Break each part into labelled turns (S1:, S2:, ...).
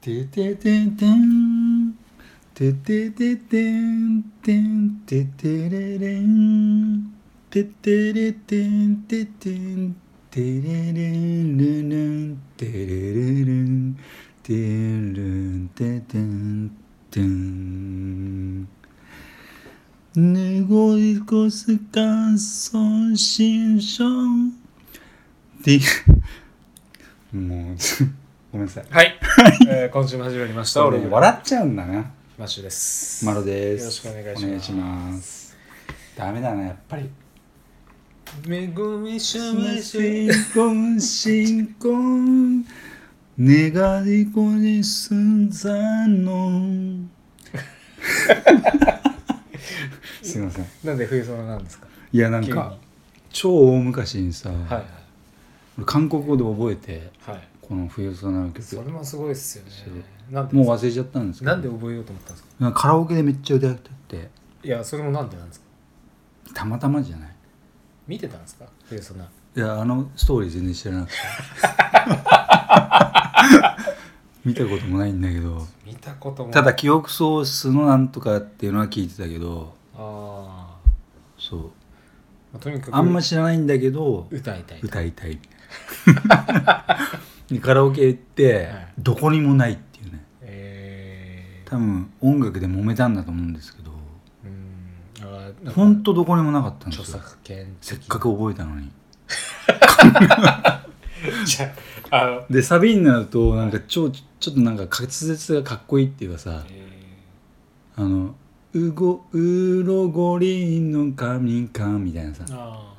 S1: ててててんててててんてんててれれんててれてんててんてれれんるるんてれれるんてるんててんてんごすかそしんしょんっていうもうごめんなさい
S2: はい、えー今週も始まりました。
S1: 俺
S2: 俺も
S1: 笑っちゃうんだな
S2: マッシュです。
S1: マロです
S2: よろしくお願いします。
S1: お願いしますダメだなやっぱり
S2: めぐみし
S1: 「
S2: ゅめし
S1: 新婚新婚願い子にすんざ の」すいません
S2: なんで冬空なんですか。
S1: いやなんか超大昔にさ、
S2: はいはい
S1: 俺韓国語で覚えて
S2: はい。
S1: この「冬空」の曲
S2: それもすごいですよね
S1: そう。
S2: なんで
S1: もう忘れちゃったんですけど
S2: なんで覚えようと思ったんですか。
S1: なんかカラオケでめっちゃ歌ってて
S2: いやそれもなんでなんですか。
S1: たまたまじゃない
S2: 見てたんですか冬空。
S1: いやあのストーリー全然知らなくて 見たこともないんだけど
S2: 見たことも。
S1: ただ記憶喪失のなんとかっていうのは聞いてたけど
S2: あー、
S1: そう
S2: まあ。とにかく
S1: あんま知らないんだけど
S2: 歌いたいと。
S1: 歌いたいみたいな でカラオケ行って、
S2: はい
S1: どこにもないっていうね
S2: えー
S1: 多分音楽で揉めたんだと思うんですけど
S2: うんあーなんか
S1: ほんとどこにもなかったんで
S2: 著
S1: すよ
S2: 作権
S1: せっかく覚えたのに
S2: じゃああの、
S1: でサビになるとなんか超ちょっとなんか滑舌がかっこいいっていうかさ
S2: え
S1: 「あのうごうろごりんのかみか」みたいなさ
S2: ー、あ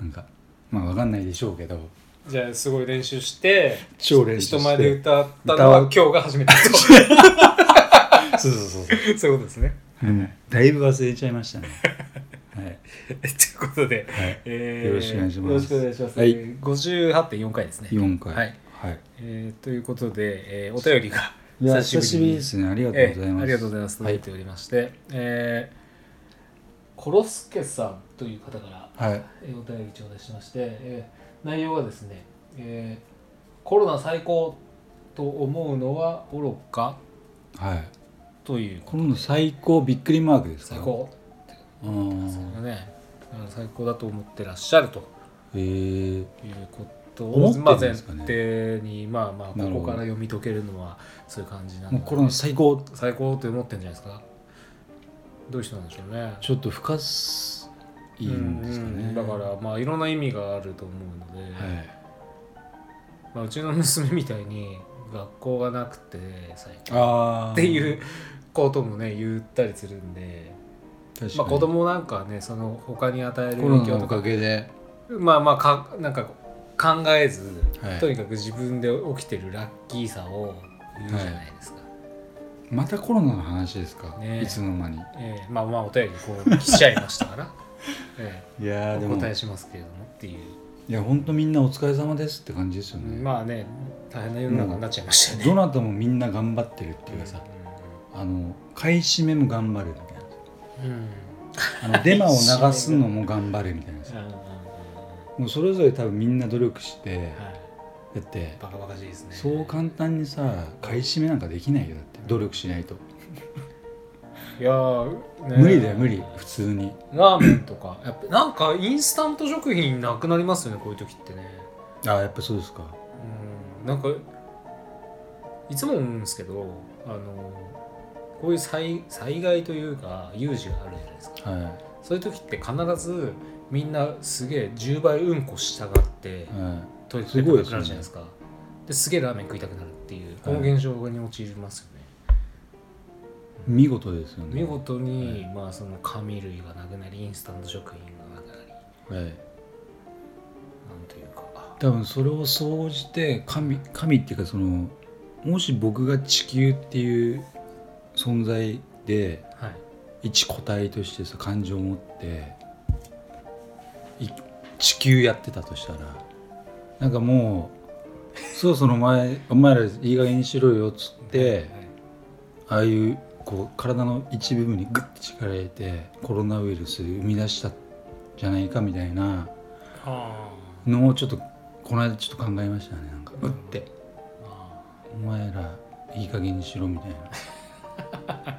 S2: ー
S1: なんかまあわかんないでしょうけど
S2: じゃあすごい練習して
S1: 超練習して
S2: 人前で歌ったのは今日が初めて
S1: そうそうそうそう
S2: そういうことですね。
S1: うんだいぶ忘れちゃいましたねはい、
S2: ということで、
S1: はい、
S2: え
S1: よろしくお願いします
S2: よろしくお願いします。
S1: はい
S2: 58.4回ですね。
S1: 4回
S2: はい、
S1: はい、
S2: えーということで、えーお便りが
S1: いや久しぶりですねありがとうございます、
S2: えーありがとうございます。
S1: は
S2: 届
S1: い
S2: いておりまして、えーコロスケさんという方から
S1: はい
S2: えーお便り頂戴しまして、えー内容はですね、えーコロナ最高と思うのは愚か
S1: はい
S2: という
S1: この最高びっくりマークですか
S2: 最高
S1: あ
S2: それ
S1: ー
S2: がねうん最高だと思ってらっしゃると
S1: えー、
S2: いうこと
S1: 思っ
S2: を、
S1: てるん
S2: まあ、前
S1: ですかね
S2: 提にまあまあ
S1: なるほど
S2: ここから読み解けるのはそういう感じな
S1: もう
S2: の
S1: コロナ
S2: で
S1: 最高
S2: 最高って思ってんじゃないですかどういう人なんでしょうね
S1: ちょっと深すいいんですかね、
S2: うんうんだからまあいろんな意味があると思うので、
S1: はい
S2: まあ、うちの娘みたいに学校がなくて最近
S1: あー
S2: っていうこともね言ったりするんで、
S1: 確かに
S2: まあ、子供なんかはねその他に与える
S1: コロナ
S2: 影響
S1: の
S2: と
S1: お
S2: か
S1: かげで
S2: まあまあかなんか考えず、
S1: はい
S2: とにかく自分で起きてるラッキーさを言うじゃないですか、
S1: またコロナの話ですか、
S2: ねえ
S1: いつの間に
S2: ええまあまあお便りこう来ちゃいましたから、え
S1: いや
S2: え
S1: ーで
S2: お
S1: も
S2: 答えしますけれどもっていう、
S1: いや本当みんなお疲れ様ですって感じですよね、
S2: まあね大変な世の中になっちゃいましたよね、
S1: どなたもみんな頑張ってるっていうかさ、
S2: う
S1: あの買い占めも頑張るみたい
S2: んうんうん
S1: なあのデマを流すのも頑張るみたいなさ
S2: うんうんうんうん
S1: もうそれぞれ多分みんな努力して
S2: はい
S1: だって
S2: バカバカしいですね
S1: そう簡単にさ買い占めなんかできないよだって努力しないと
S2: いやー、ね
S1: 無理だよ無理普通に
S2: ラーメンとかやっぱなんかインスタント食品なくなりますよねこういう時ってね
S1: ああやっぱそうですか
S2: うんなんかいつも思うんですけどあのこういう災災害というか有事があるじゃないですか
S1: はい
S2: そういう時って必ずみんなすげえ10倍うんこしたがって
S1: は
S2: トイレ
S1: す
S2: ッ
S1: ごいで
S2: トで
S1: ね
S2: すするじゃないですかですげえラーメン食いたくなるっていうこの現象に陥りますよね、
S1: い見事ですよね
S2: 見事に、まあその紙類がなくなりインスタント食品がなくなり
S1: はい
S2: なんというかあ
S1: 多分それを総じて神神っていうかそのもし僕が地球っていう存在で
S2: はい
S1: 一個体としてさ感情を持ってい地球やってたとしたらなんかもうそろそろお前お前らいい加減にしろよっつってああいうこう体の一部分にグッて力入れてコロナウイルス生み出したんじゃないかみたいな
S2: あ
S1: のをちょっとこの間ちょっと考えましたねなんかうって
S2: あ
S1: お前らいい加減にしろみたいな
S2: なる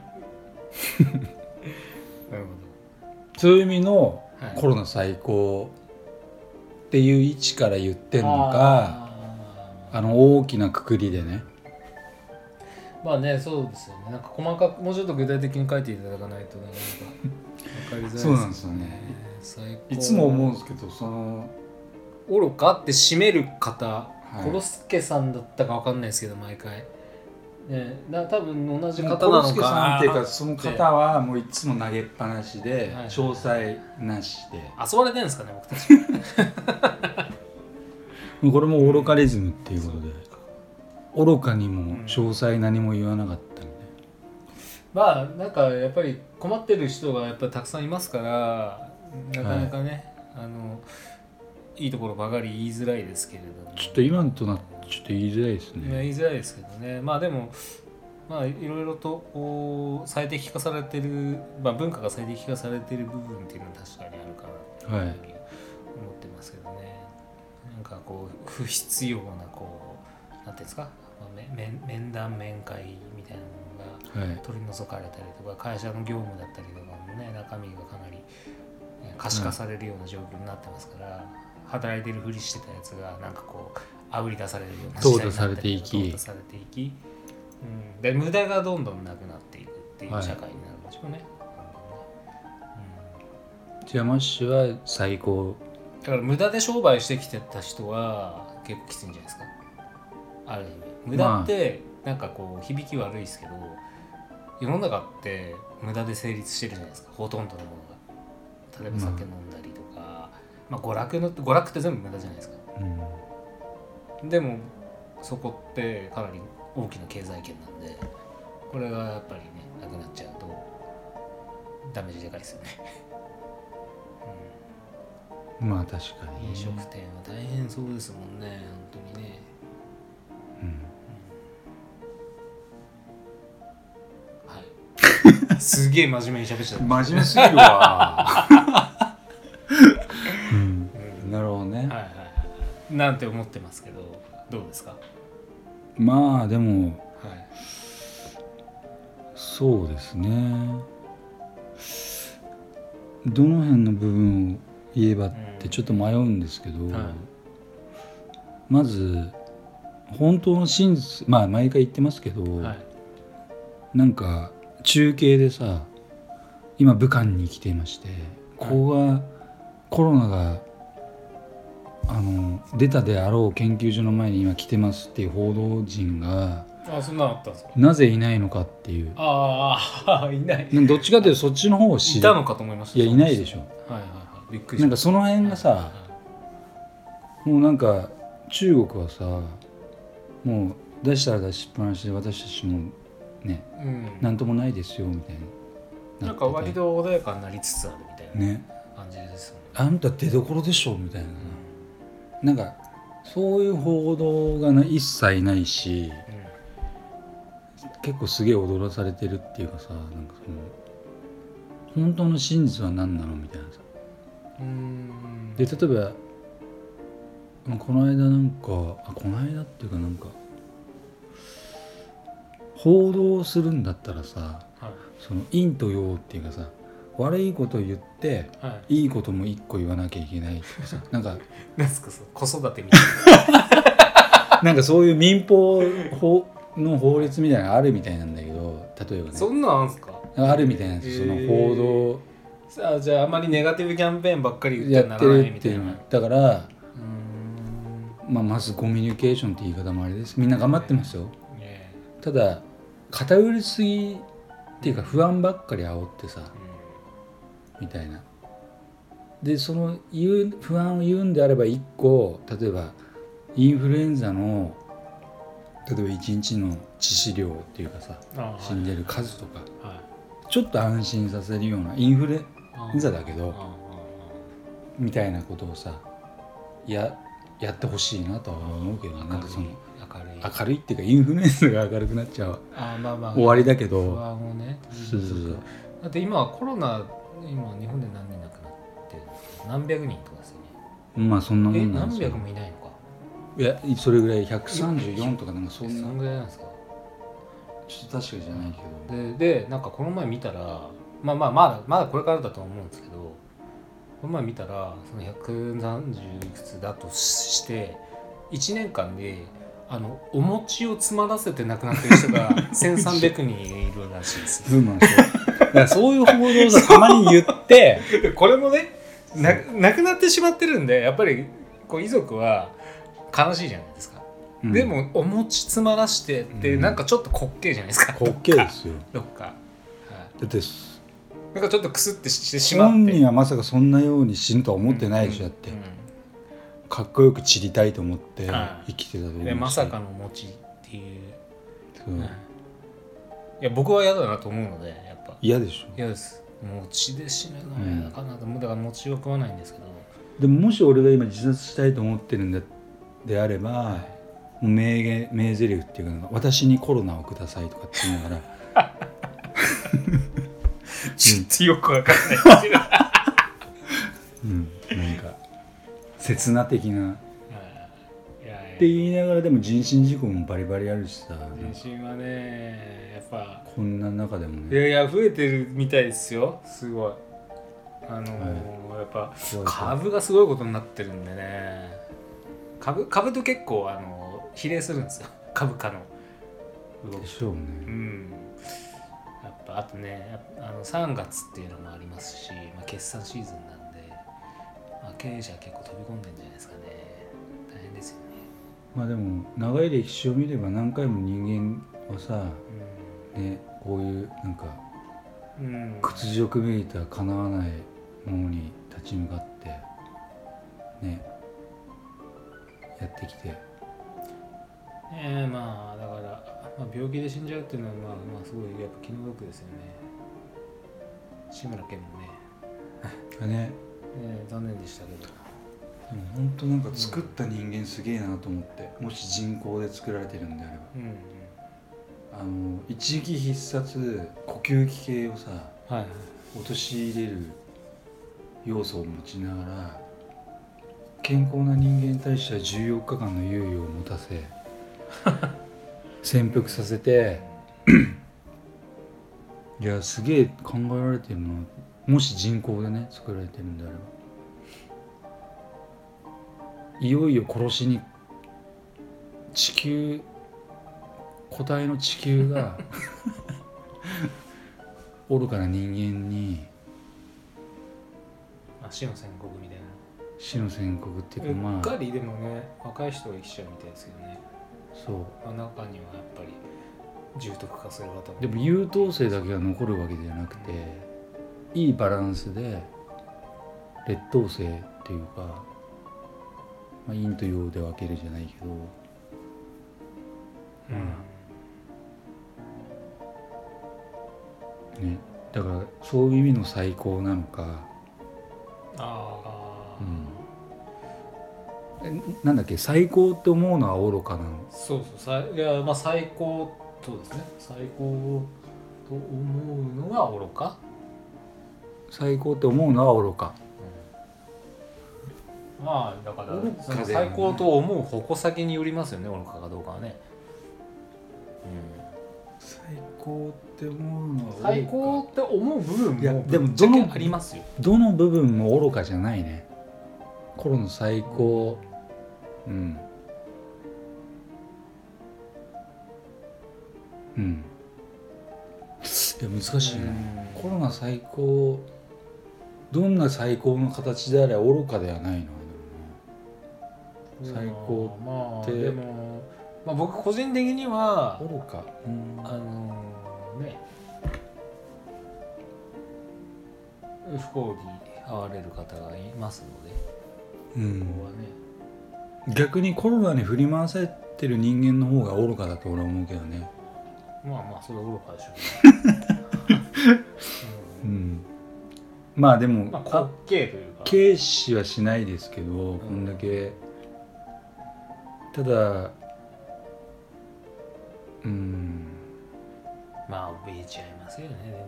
S1: そういう意味の
S2: ほど、はい、
S1: コロナ最高っていう位置から言ってんのか
S2: あー
S1: あの大きなくくりでね
S2: まあねそうですよねなんか細かくもうちょっと具体的に書いていただかないとなかなか分かりづらいです
S1: そうなんですよね
S2: 最高
S1: いつも思うんですけどその
S2: 愚かって締める方、
S1: い
S2: コロスケさんだったかわかんないですけど毎回ねな多分同じ
S1: もう
S2: 方なのか
S1: コロスケさんっていうかその方はもういつも投げっぱなしで
S2: はい
S1: 詳細なしで
S2: 遊ばれてるんですかね僕たち
S1: もうこれも愚かリズムっていうことで愚かにも詳細何も言わなかったんで
S2: まあなんかやっぱり困ってる人がやっぱりたくさんいますからなかなかね、あのいいところばかり言いづらいですけれども
S1: ちょっと今のとなちょっと言いづらいです
S2: ね
S1: ね
S2: 言いづらいですけどねまあでもまあいろいろとこう最適化されてる、まあ、文化が最適化されてる部分っていうのは確かにあるかな
S1: はい
S2: 思ってますけどねなんかこう不必要なこうなんていうんですか、まあ、め面面談面会みたいなものが
S1: はい
S2: 取り除かれたりとか会社の業務だったりとかもね中身がかなりえー可視化されるような状況になってますから、働いてるふりしてたやつがなんかこうあぶり出されるような
S1: 淘
S2: 時
S1: 汰
S2: 代になったりとか
S1: されていき
S2: 淘汰されていき、うん、で無駄がどんどんなくなっていくっていう
S1: はい
S2: 社会になるんでしょうね。うん
S1: じゃあマッシュは最高
S2: だから無駄で商売してきてた人は結構きついんじゃないですかある意味無駄ってなんかこう響き悪いですけど、世の中って無駄で成立してるじゃないですかほとんどのものが例えば酒飲んだりとか、まあ、娯楽の娯楽って全部無駄じゃないですか
S1: うん
S2: でもそこってかなり大きな経済圏なんでこれがやっぱりねなくなっちゃうとダメージでかいですよね、うん
S1: まあ確かに
S2: 飲食店は大変そうですもんね本当にね
S1: うん
S2: はい すげえ真面目に喋っちゃった、
S1: 真面目すぎるわ、 うん、なるほどね、
S2: はいはいはいなんて思ってますけどどうですか
S1: まあでも
S2: はい
S1: そうですねどの辺の部分を言えばってちょっと迷うんですけど、
S2: はい
S1: まず本当の真実まあ毎回言ってますけど、
S2: はい
S1: なんか中継でさ今武漢に来ていましてここがコロナがあの出たであろう研究所の前に今来てますっていう報道陣が
S2: あそんなのあったんですか
S1: なぜいないのかっていう
S2: ああ いない
S1: なんかどっちかというとそっちの方を知
S2: い
S1: る
S2: たのかと思いました
S1: いやいないでしょ
S2: ょはいはいはいびっくりし
S1: なん
S2: ま
S1: か
S2: し
S1: その辺が
S2: た
S1: さもうなんか中国はさもう出したら出しっぱなしで私たちもね
S2: うん
S1: 何ともないですよみたいな
S2: なんか割と穏やかになりつつあるみたい
S1: ね
S2: な感じですよね
S1: あんた出どころでしょみたいな、なんかそういう報道がな一切ないし
S2: うん
S1: 結構すげえ踊らされてるっていうかさなんかその本当の真実は何なのみたいなさ
S2: うん
S1: で例えばまあこの間なんかあこの間っていうかなんか報道するんだったらさ
S2: は
S1: その陰と陽っていうかさ悪いこと言って
S2: い はい
S1: いいことも一個言わなきゃいけないとかさなんか
S2: 何ですかその子育てみた い
S1: なんかそういう民法法の法律みたいなのあるみたいなんだけど例えばね
S2: な そんなんあんすか
S1: あるみたいなんですよそ
S2: へ
S1: の
S2: ー
S1: 報道
S2: さあじゃああまりネガティブキャンペーンばっかり言って
S1: や
S2: はな
S1: って
S2: らない
S1: る
S2: み
S1: って
S2: た
S1: い
S2: いうな
S1: の
S2: う
S1: だから、
S2: ーん
S1: まあ、まずコミュニケーションって言い方もあれですみんな頑張ってますよ
S2: ね
S1: ただ偏りすぎっていうか不安ばっかり煽ってさみたいなでその言う不安を言うんであれば1個例えばインフルエンザの例えば1日の致死量っていうかさ
S2: うんあ
S1: 死んでる数とか
S2: はいはい
S1: ちょっと安心させるようなインフルエ
S2: あ
S1: ンザだけど
S2: あ
S1: みたいなことをさややってほしいなとは思うけどねなんかその
S2: 明るい
S1: 明るいっていうかインフルエンザが明るくなっちゃう
S2: あまあまあ
S1: 終わりだけ
S2: 不
S1: ど
S2: 安をね
S1: そうそうそう
S2: だって今はコロナ今日本で何人亡くなってるんですか何百人とかですよね
S1: まあそんなも
S2: え
S1: んなんで
S2: 何
S1: すよ
S2: 百もいないのか
S1: いやそれぐらい134とかなんかそん
S2: そん
S1: な
S2: ぐらいなんですか
S1: ちょっと確かじゃないけど、
S2: ででなんかこの前見たらまあまあまだまだこれからだと思うんですけどこの前見たらその130いくつだとしして1年間であのお餅を詰まらせて亡くなってる人 が1300人いるらしいです
S1: そうなんですよ だからそういう報道がたまに言 って
S2: で これもねな亡くなってしまってるんでやっぱりこう遺族は悲しいじゃないです
S1: うん
S2: か、でもお餅詰まらしてって、
S1: うん
S2: なんかちょっと滑稽じゃないですか
S1: 滑稽ですよ
S2: どっか、はい
S1: だって
S2: なんかちょっとクスってしてしまって
S1: 本人はまさかそんなように死ぬとは思ってないでしょだって、
S2: うん
S1: かっこよく散りたいと思って
S2: は
S1: 生
S2: い
S1: きてたと思うし
S2: でまさかの餅っていう、
S1: そう
S2: はいいや僕は嫌だなと思うのでやっぱ
S1: 嫌でしょ
S2: 嫌です餅で死ぬのは嫌かなと思うだから餅を食わないんですけど、
S1: でももし俺が今自殺したいと思ってるんだであれば、もう名言名台詞っていうか「私にコロナをください」とかって言いなが ら
S2: ちょっとよくわかんないけどは
S1: うん、なんか刹那的な。っ
S2: いいやいや
S1: て言いながらでも人身事故もバリバリあるしさ
S2: 人身はねやっぱ
S1: こんな中でも
S2: い
S1: ね
S2: やいや増えてるみたいですよすごいあのーやっぱ
S1: 怖い怖い
S2: 株がすごいことになってるんでね株株と結構あの比例するんですよ株価の動
S1: で
S2: き
S1: しょう
S2: う
S1: ね。
S2: んやっぱあとねやっぱあの3月っていうのもありますし、まあ、決算シーズンなんで、まあ、経営者は結構飛び込んでんじゃないですかね大変ですよね
S1: まあでも長い歴史を見れば何回も人間はさ、ね、こういうなんか
S2: うん、うん、
S1: 屈辱めいた叶わないものに立ち向かってねやってきて
S2: ええまあだから、まあ、病気で死んじゃうっていうのはまあ、まあ、すごいやっぱ気の毒ですよね志村けんもね、
S1: ね
S2: ええ残念でしたけど
S1: でも本当なんか作った人間すげえなと思ってもし人工で作られてるんであれば。
S2: うんうん
S1: あの一撃必殺呼吸器系をさ
S2: はいはい
S1: 陥れる要素を持ちながら健康な人間に対しては14日間の猶予を持た せ潜伏させていやすげえ考えられてるなもし人工でね作られてるんであればいよいよ殺しに地球個体の地球 が愚かな人間に
S2: まあ死の宣告みたいな
S1: 死の宣告っていうか
S2: う
S1: ま
S2: っか
S1: あ
S2: りでもね若い人が生きちゃうみたいですけどね、
S1: そ
S2: まあ、中にはやっぱり重篤化する方も
S1: うでも優等生だけが残るわけじゃなくていいバランスで劣等生っていうか、まあ、陰と陽で分けるじゃないけど
S2: うん
S1: ね、だからそういう意味の最高なのか、
S2: ああ、
S1: えなんだっけ最高って思うのは愚かなの
S2: そうそうさいいやまあ最高とですね最高と思うのが愚か
S1: 最高って思うのは愚か
S2: まあだから
S1: 愚かだよね
S2: その最高と思う矛先によりますよね愚かかどうかはね、
S1: 最高って思うの
S2: うん、最高って思う部分も
S1: いやでも
S2: ぶっちゃけ
S1: どの
S2: ありますよ
S1: どの部分も愚かじゃないねコロの最高うんうんいや難しいな、
S2: うん
S1: コロナ最高どんな最高の形であれ愚かではないの最高
S2: まあまあ
S1: って
S2: でも、まあ、僕個人的には
S1: 愚か、うん
S2: あのね不幸に遭われる方がいますのでここはね
S1: 逆にコロナに振り回されてる人間の方が愚かだと俺は思うけどね
S2: まあまあそれは愚かでしょ う、
S1: う
S2: ね
S1: んまあで
S2: うん、ま
S1: も
S2: あ滑稽というか
S1: 軽視はしないですけど、こんだけただうん
S2: まあ怯えちゃいますよねでもね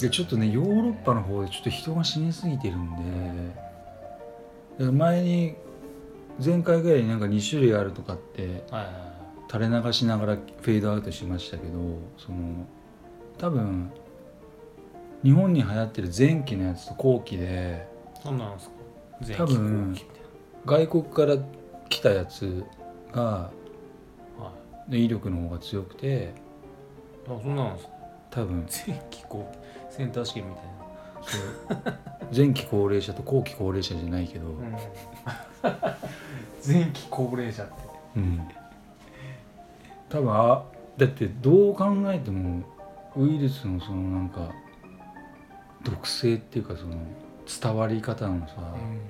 S1: でちょっとねヨーロッパの方でちょっと人が死にすぎてるんでだから前に前回ぐらいになんか2種類あるとかって
S2: はいはいはい
S1: 垂れ流しながらフェードアウトしましたけどその多分日本に流行ってる前期のやつと後期で
S2: そうなんですか前
S1: 多分
S2: 後期みたい
S1: 外国から来たやつが
S2: なはい
S1: 威力の方が強くて
S2: あそうなんですか
S1: 多分
S2: 前期後期センター試験みたい
S1: そ
S2: な
S1: う前期高齢者と後期高齢者じゃないけど、
S2: うん 前期高齢者って
S1: うん、多分あだってどう考えてもウイルスのそのなんか毒性っていうかその伝わり方のさ、
S2: うん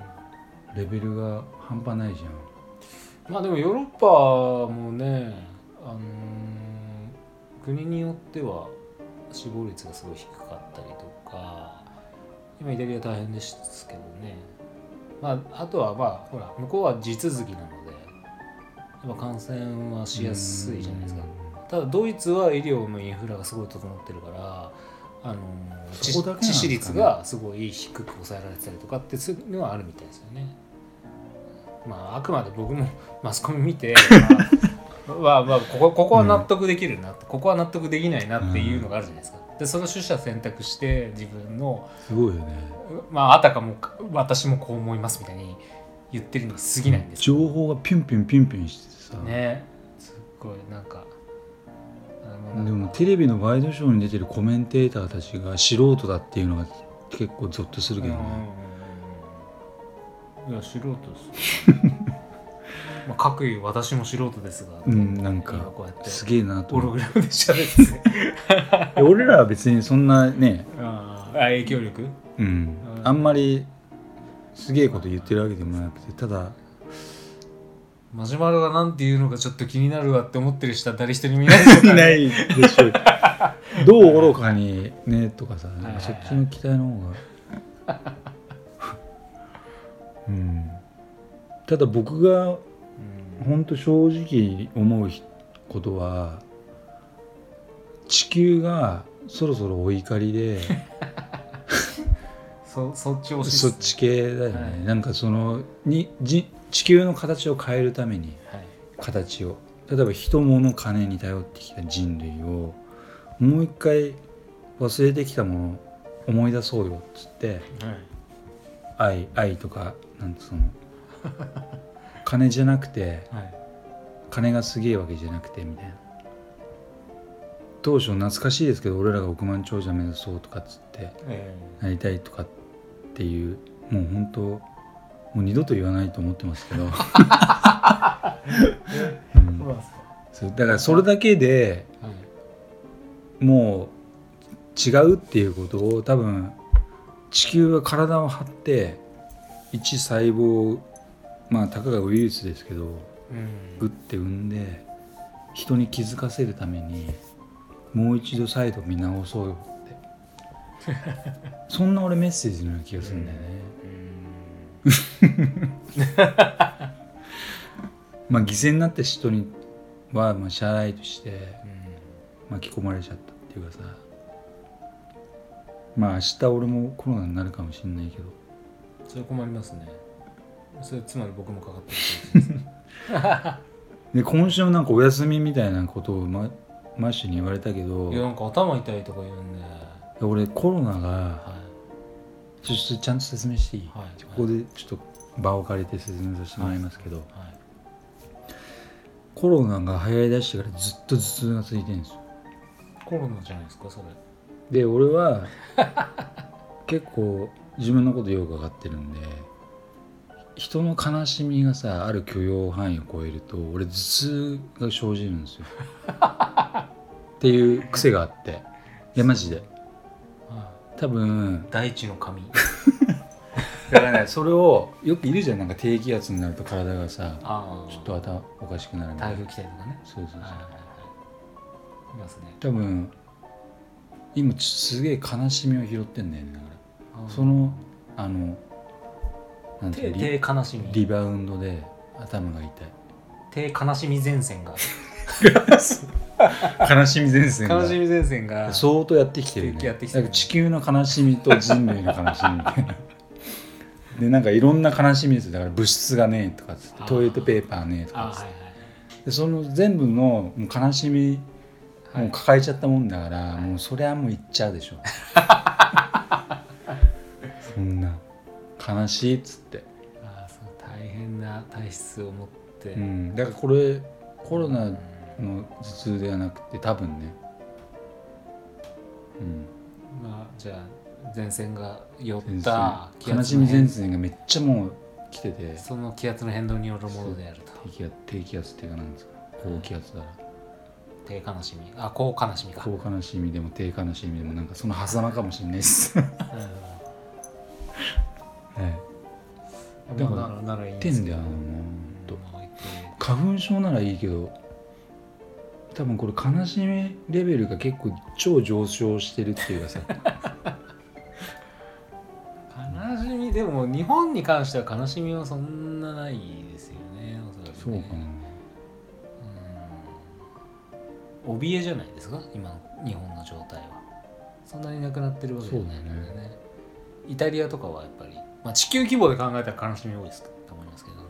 S1: レベルが半端ないじゃ
S2: まあでもヨーロッパもね、あのー国によっては死亡率がすごい低かったりとか今イタリア大変ですけどね、まあ、あとはまあほら向こうは地続きなのでやっぱ感染は
S1: ん
S2: しやすいじゃないですか
S1: うん
S2: ただドイツは医療のインフラがすごい整ってるから、あのー
S1: そこだけなんですかね
S2: 致死率がすごい低く抑えられてたりとかってそういうのはあるみたいですよね。まあ、あくまで僕も マスコミ見て、まあ、まあ、ここここは納得できるな、ここは納得できないなっていうのがあるじゃないですか。でその取捨選択して自分の、
S1: すごいよね
S2: まあ、あたかも私もこう思いますみたいに言ってるに過ぎないんですけど
S1: 情報がピュンピュンピュンピュンしててさ、
S2: ねすっごいなんかあの
S1: でもテレビのワイドショーに出てるコメンテーターたちが素人だっていうのが結構ゾッとするけどね、
S2: うんうんうんうんいや素人です。 まあ、各位私も素人ですが、
S1: うんなん
S2: 今
S1: か
S2: こうやって
S1: すげえなと
S2: オロ
S1: 思う
S2: グラムで喋って て、
S1: いや俺らは別にそんなね
S2: あーあ影響力、
S1: うん
S2: う、ん
S1: あんまりすげえこと言ってるわけでもなくてただ
S2: マジュマロがなんていうのかちょっと気になるわって思ってる人は誰一人見な いですからね
S1: いでしょう どう愚かにねとかさ、
S2: いはいはい
S1: そっちの期待の方が うんただ僕が
S2: うん
S1: 本当正直思うことは地球がそろそろお怒りで
S2: そそっち推しす
S1: そっち系だよね、
S2: はい
S1: なんかそのにじ地球の形を変えるために
S2: はい
S1: 形を例えば人物金に頼ってきた人類をもう一回忘れてきたものを思い出そうよっつって
S2: はい
S1: 愛愛とかなんてその金じゃなくて
S2: はい
S1: 金がすげえわけじゃなくてみたいな当初懐かしいですけど俺らが億万長者目指そうとかっつって
S2: え
S1: なりたいとかっていうもう本当もう二度と言わないと思ってますけど、うん
S2: ーそうなんですか
S1: そうだからそれだけで
S2: はい
S1: もう違うっていうことを多分地球は体を張って一細胞まあたかがウイルスですけど
S2: うん
S1: 打って産んで人に気づかせるためにもう一度再度見直そうよって そんな俺メッセージのような気がするんだよね、
S2: うん
S1: まあ犠牲になった人にはまあ支払いとして
S2: うん
S1: 巻き込まれちゃったっていうかさまあ明日俺もコロナになるかもしんないけど
S2: それ困りますねそれつまり僕もかかってる
S1: で今週もなんかお休みみたいなことをママッシュに言われたけど
S2: いやなんか頭痛いとか言うんで、は
S1: 俺コロナが
S2: い、
S1: ちょっとちゃんと説明していい、
S2: はい
S1: ここでちょっと場を借りて説明させてもらいますけど、
S2: はい、
S1: コロナが流行りだしてからずっと頭痛がついてるんですよ
S2: コロナじゃないですかそれ
S1: で俺 は結構自分のことよく分かってるんで人の悲しみがさある許容範囲を超えると俺頭痛が生じるんです よっていう癖があっていやマジで多分
S2: 大地の神
S1: だからねそれをよくいるじゃんなんか低気圧になると体がさ
S2: ああ
S1: ちょっと頭おかしくなるみたい
S2: 台
S1: な
S2: 風来たりとかね
S1: そうそう
S2: はいはい
S1: そう
S2: はいいますね
S1: 多分今ちょすげえ悲しみを拾ってんだよねだから
S2: ああ
S1: そのあのなんてい
S2: 低
S1: うのリ
S2: 低悲しみ
S1: リバウンドで頭が痛
S2: 低悲しみ前線が
S1: い悲しみ前線
S2: 悲しみ前線 が
S1: 相当やってきてるよ
S2: ずっ
S1: ね
S2: とやってきてる
S1: なんか地球の悲しみと人類の悲しみみたいな でなんかいろんな悲しみですよだから物質がねえとかっつって
S2: あー
S1: トイレットペーパーねえと
S2: あ
S1: か
S2: あ
S1: っつっ
S2: はい
S1: て
S2: はい
S1: でその全部のもう悲しみ
S2: は
S1: もう
S2: い、
S1: 抱えちゃったもんだから、もうそれはもういっちゃうで しょそんな悲しいっつって、
S2: あーそう大変な体質を持って、
S1: うん、だからこれコロナ
S2: うん
S1: の頭痛ではなくて多分ねうん
S2: まあじゃあ前線が寄っ
S1: 前線
S2: た気
S1: 悲
S2: 圧
S1: し
S2: の
S1: み
S2: 変
S1: 前線がめっちゃもう来てて
S2: その気圧の変動によるものであると
S1: 低気圧低気圧っていうかなんですか高気圧だら
S2: 低悲しみあ高悲しみか
S1: 高悲しみでも低悲しみでもなんかその狭間かもしれない です、
S2: う
S1: はい、
S2: ん
S1: でも
S2: まあならいいん
S1: て
S2: です
S1: ん
S2: け
S1: だ
S2: ど
S1: よなもうほんと
S2: まあ置いて
S1: 花粉症ならいいけど多分これ悲しみレベルが結構超上昇してるっていうかさ
S2: 悲しみでも日本に関しては悲しみはそんなないですよねおらく ね
S1: そうかな
S2: うん怯えじゃないですか今の日本の状態はそんなになくなってるわけじゃないの
S1: そ
S2: でねイタリアとかはやっぱり、まあ、地球規模で考えたら悲しみ多いですと思いますけどね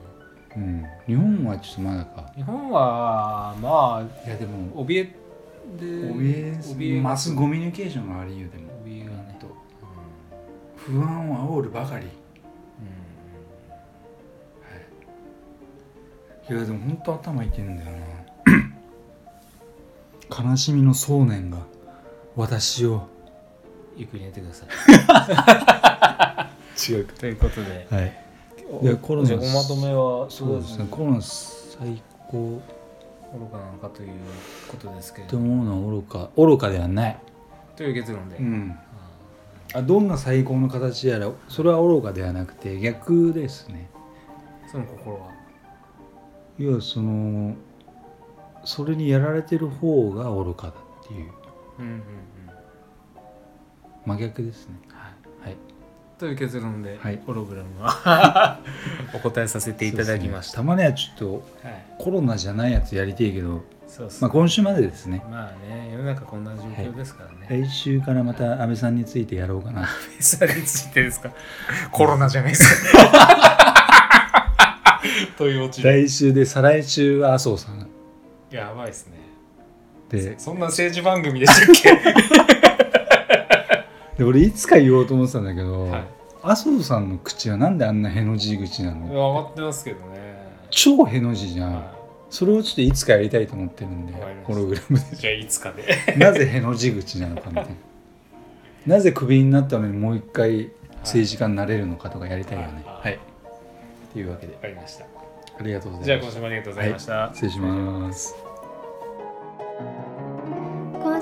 S1: うん日本はちょっとまだか
S2: 日本はまあいやでも怯えで
S1: 怯
S2: え
S1: え
S2: が
S1: マスコミュニケーションがありゆうでも
S2: 怯えがね
S1: と
S2: うん
S1: 不安を煽るばかり
S2: うん
S1: いやでも本当頭いけんだよな 悲しみの想念が私を
S2: ゆっくり寝てください
S1: 違うか
S2: ということで
S1: はい
S2: お
S1: いやコロナ
S2: じゃあおまとめは
S1: そうですね
S2: コ
S1: コロナ最高
S2: ロナなのかということですけれ
S1: と
S2: ども
S1: 思うのは愚か愚かではない
S2: という結論で、
S1: うん
S2: あー
S1: あどんな最高の形やらそれは愚かではなくて逆ですね
S2: その心は。
S1: 要はそのそれにやられてる方が愚かだっていう
S2: うんうんうん。
S1: 真逆ですね
S2: は
S1: はいい。
S2: という結論で、
S1: はい
S2: ホログラム はお答えさせていただきまし
S1: そ
S2: た。
S1: うですねたまにはちょっと
S2: はい。
S1: コロナじゃないやつやりてえけど、
S2: そうです
S1: まあ、
S2: ね。
S1: 今週までですね
S2: まあね、世の中こんな状況ですから ね。
S1: 来週からまた安倍さんについてやろうかな
S2: フェスについてですか。コロナじゃない ですか。というオチで。
S1: 来週で再来週は麻生さん
S2: やばいですね。
S1: で
S2: そんな政治番組でしたっ
S1: で俺いつか言おうと思ってたんだけど、
S2: け。はい。
S1: 麻生さんの口はなんであんなへの字口なの
S2: 上がってますけどね。
S1: 超への字じゃん、
S2: は
S1: それをちょっといつかやりたいと思ってるんで
S2: わかりました
S1: ホログラム
S2: い。じゃあいつかで。
S1: で なぜへの字口なのかみたいななぜクビになったのにもう一回政治家になれるのかとかやりたいよね
S2: は
S1: は
S2: い
S1: い、っていうわけで
S2: わかりました。
S1: ありがとうご
S2: じ
S1: ざ
S2: ゃ
S1: い
S2: あ
S1: ま
S2: 今
S1: す
S2: 週もありがとうございました。
S1: 失礼します
S3: 今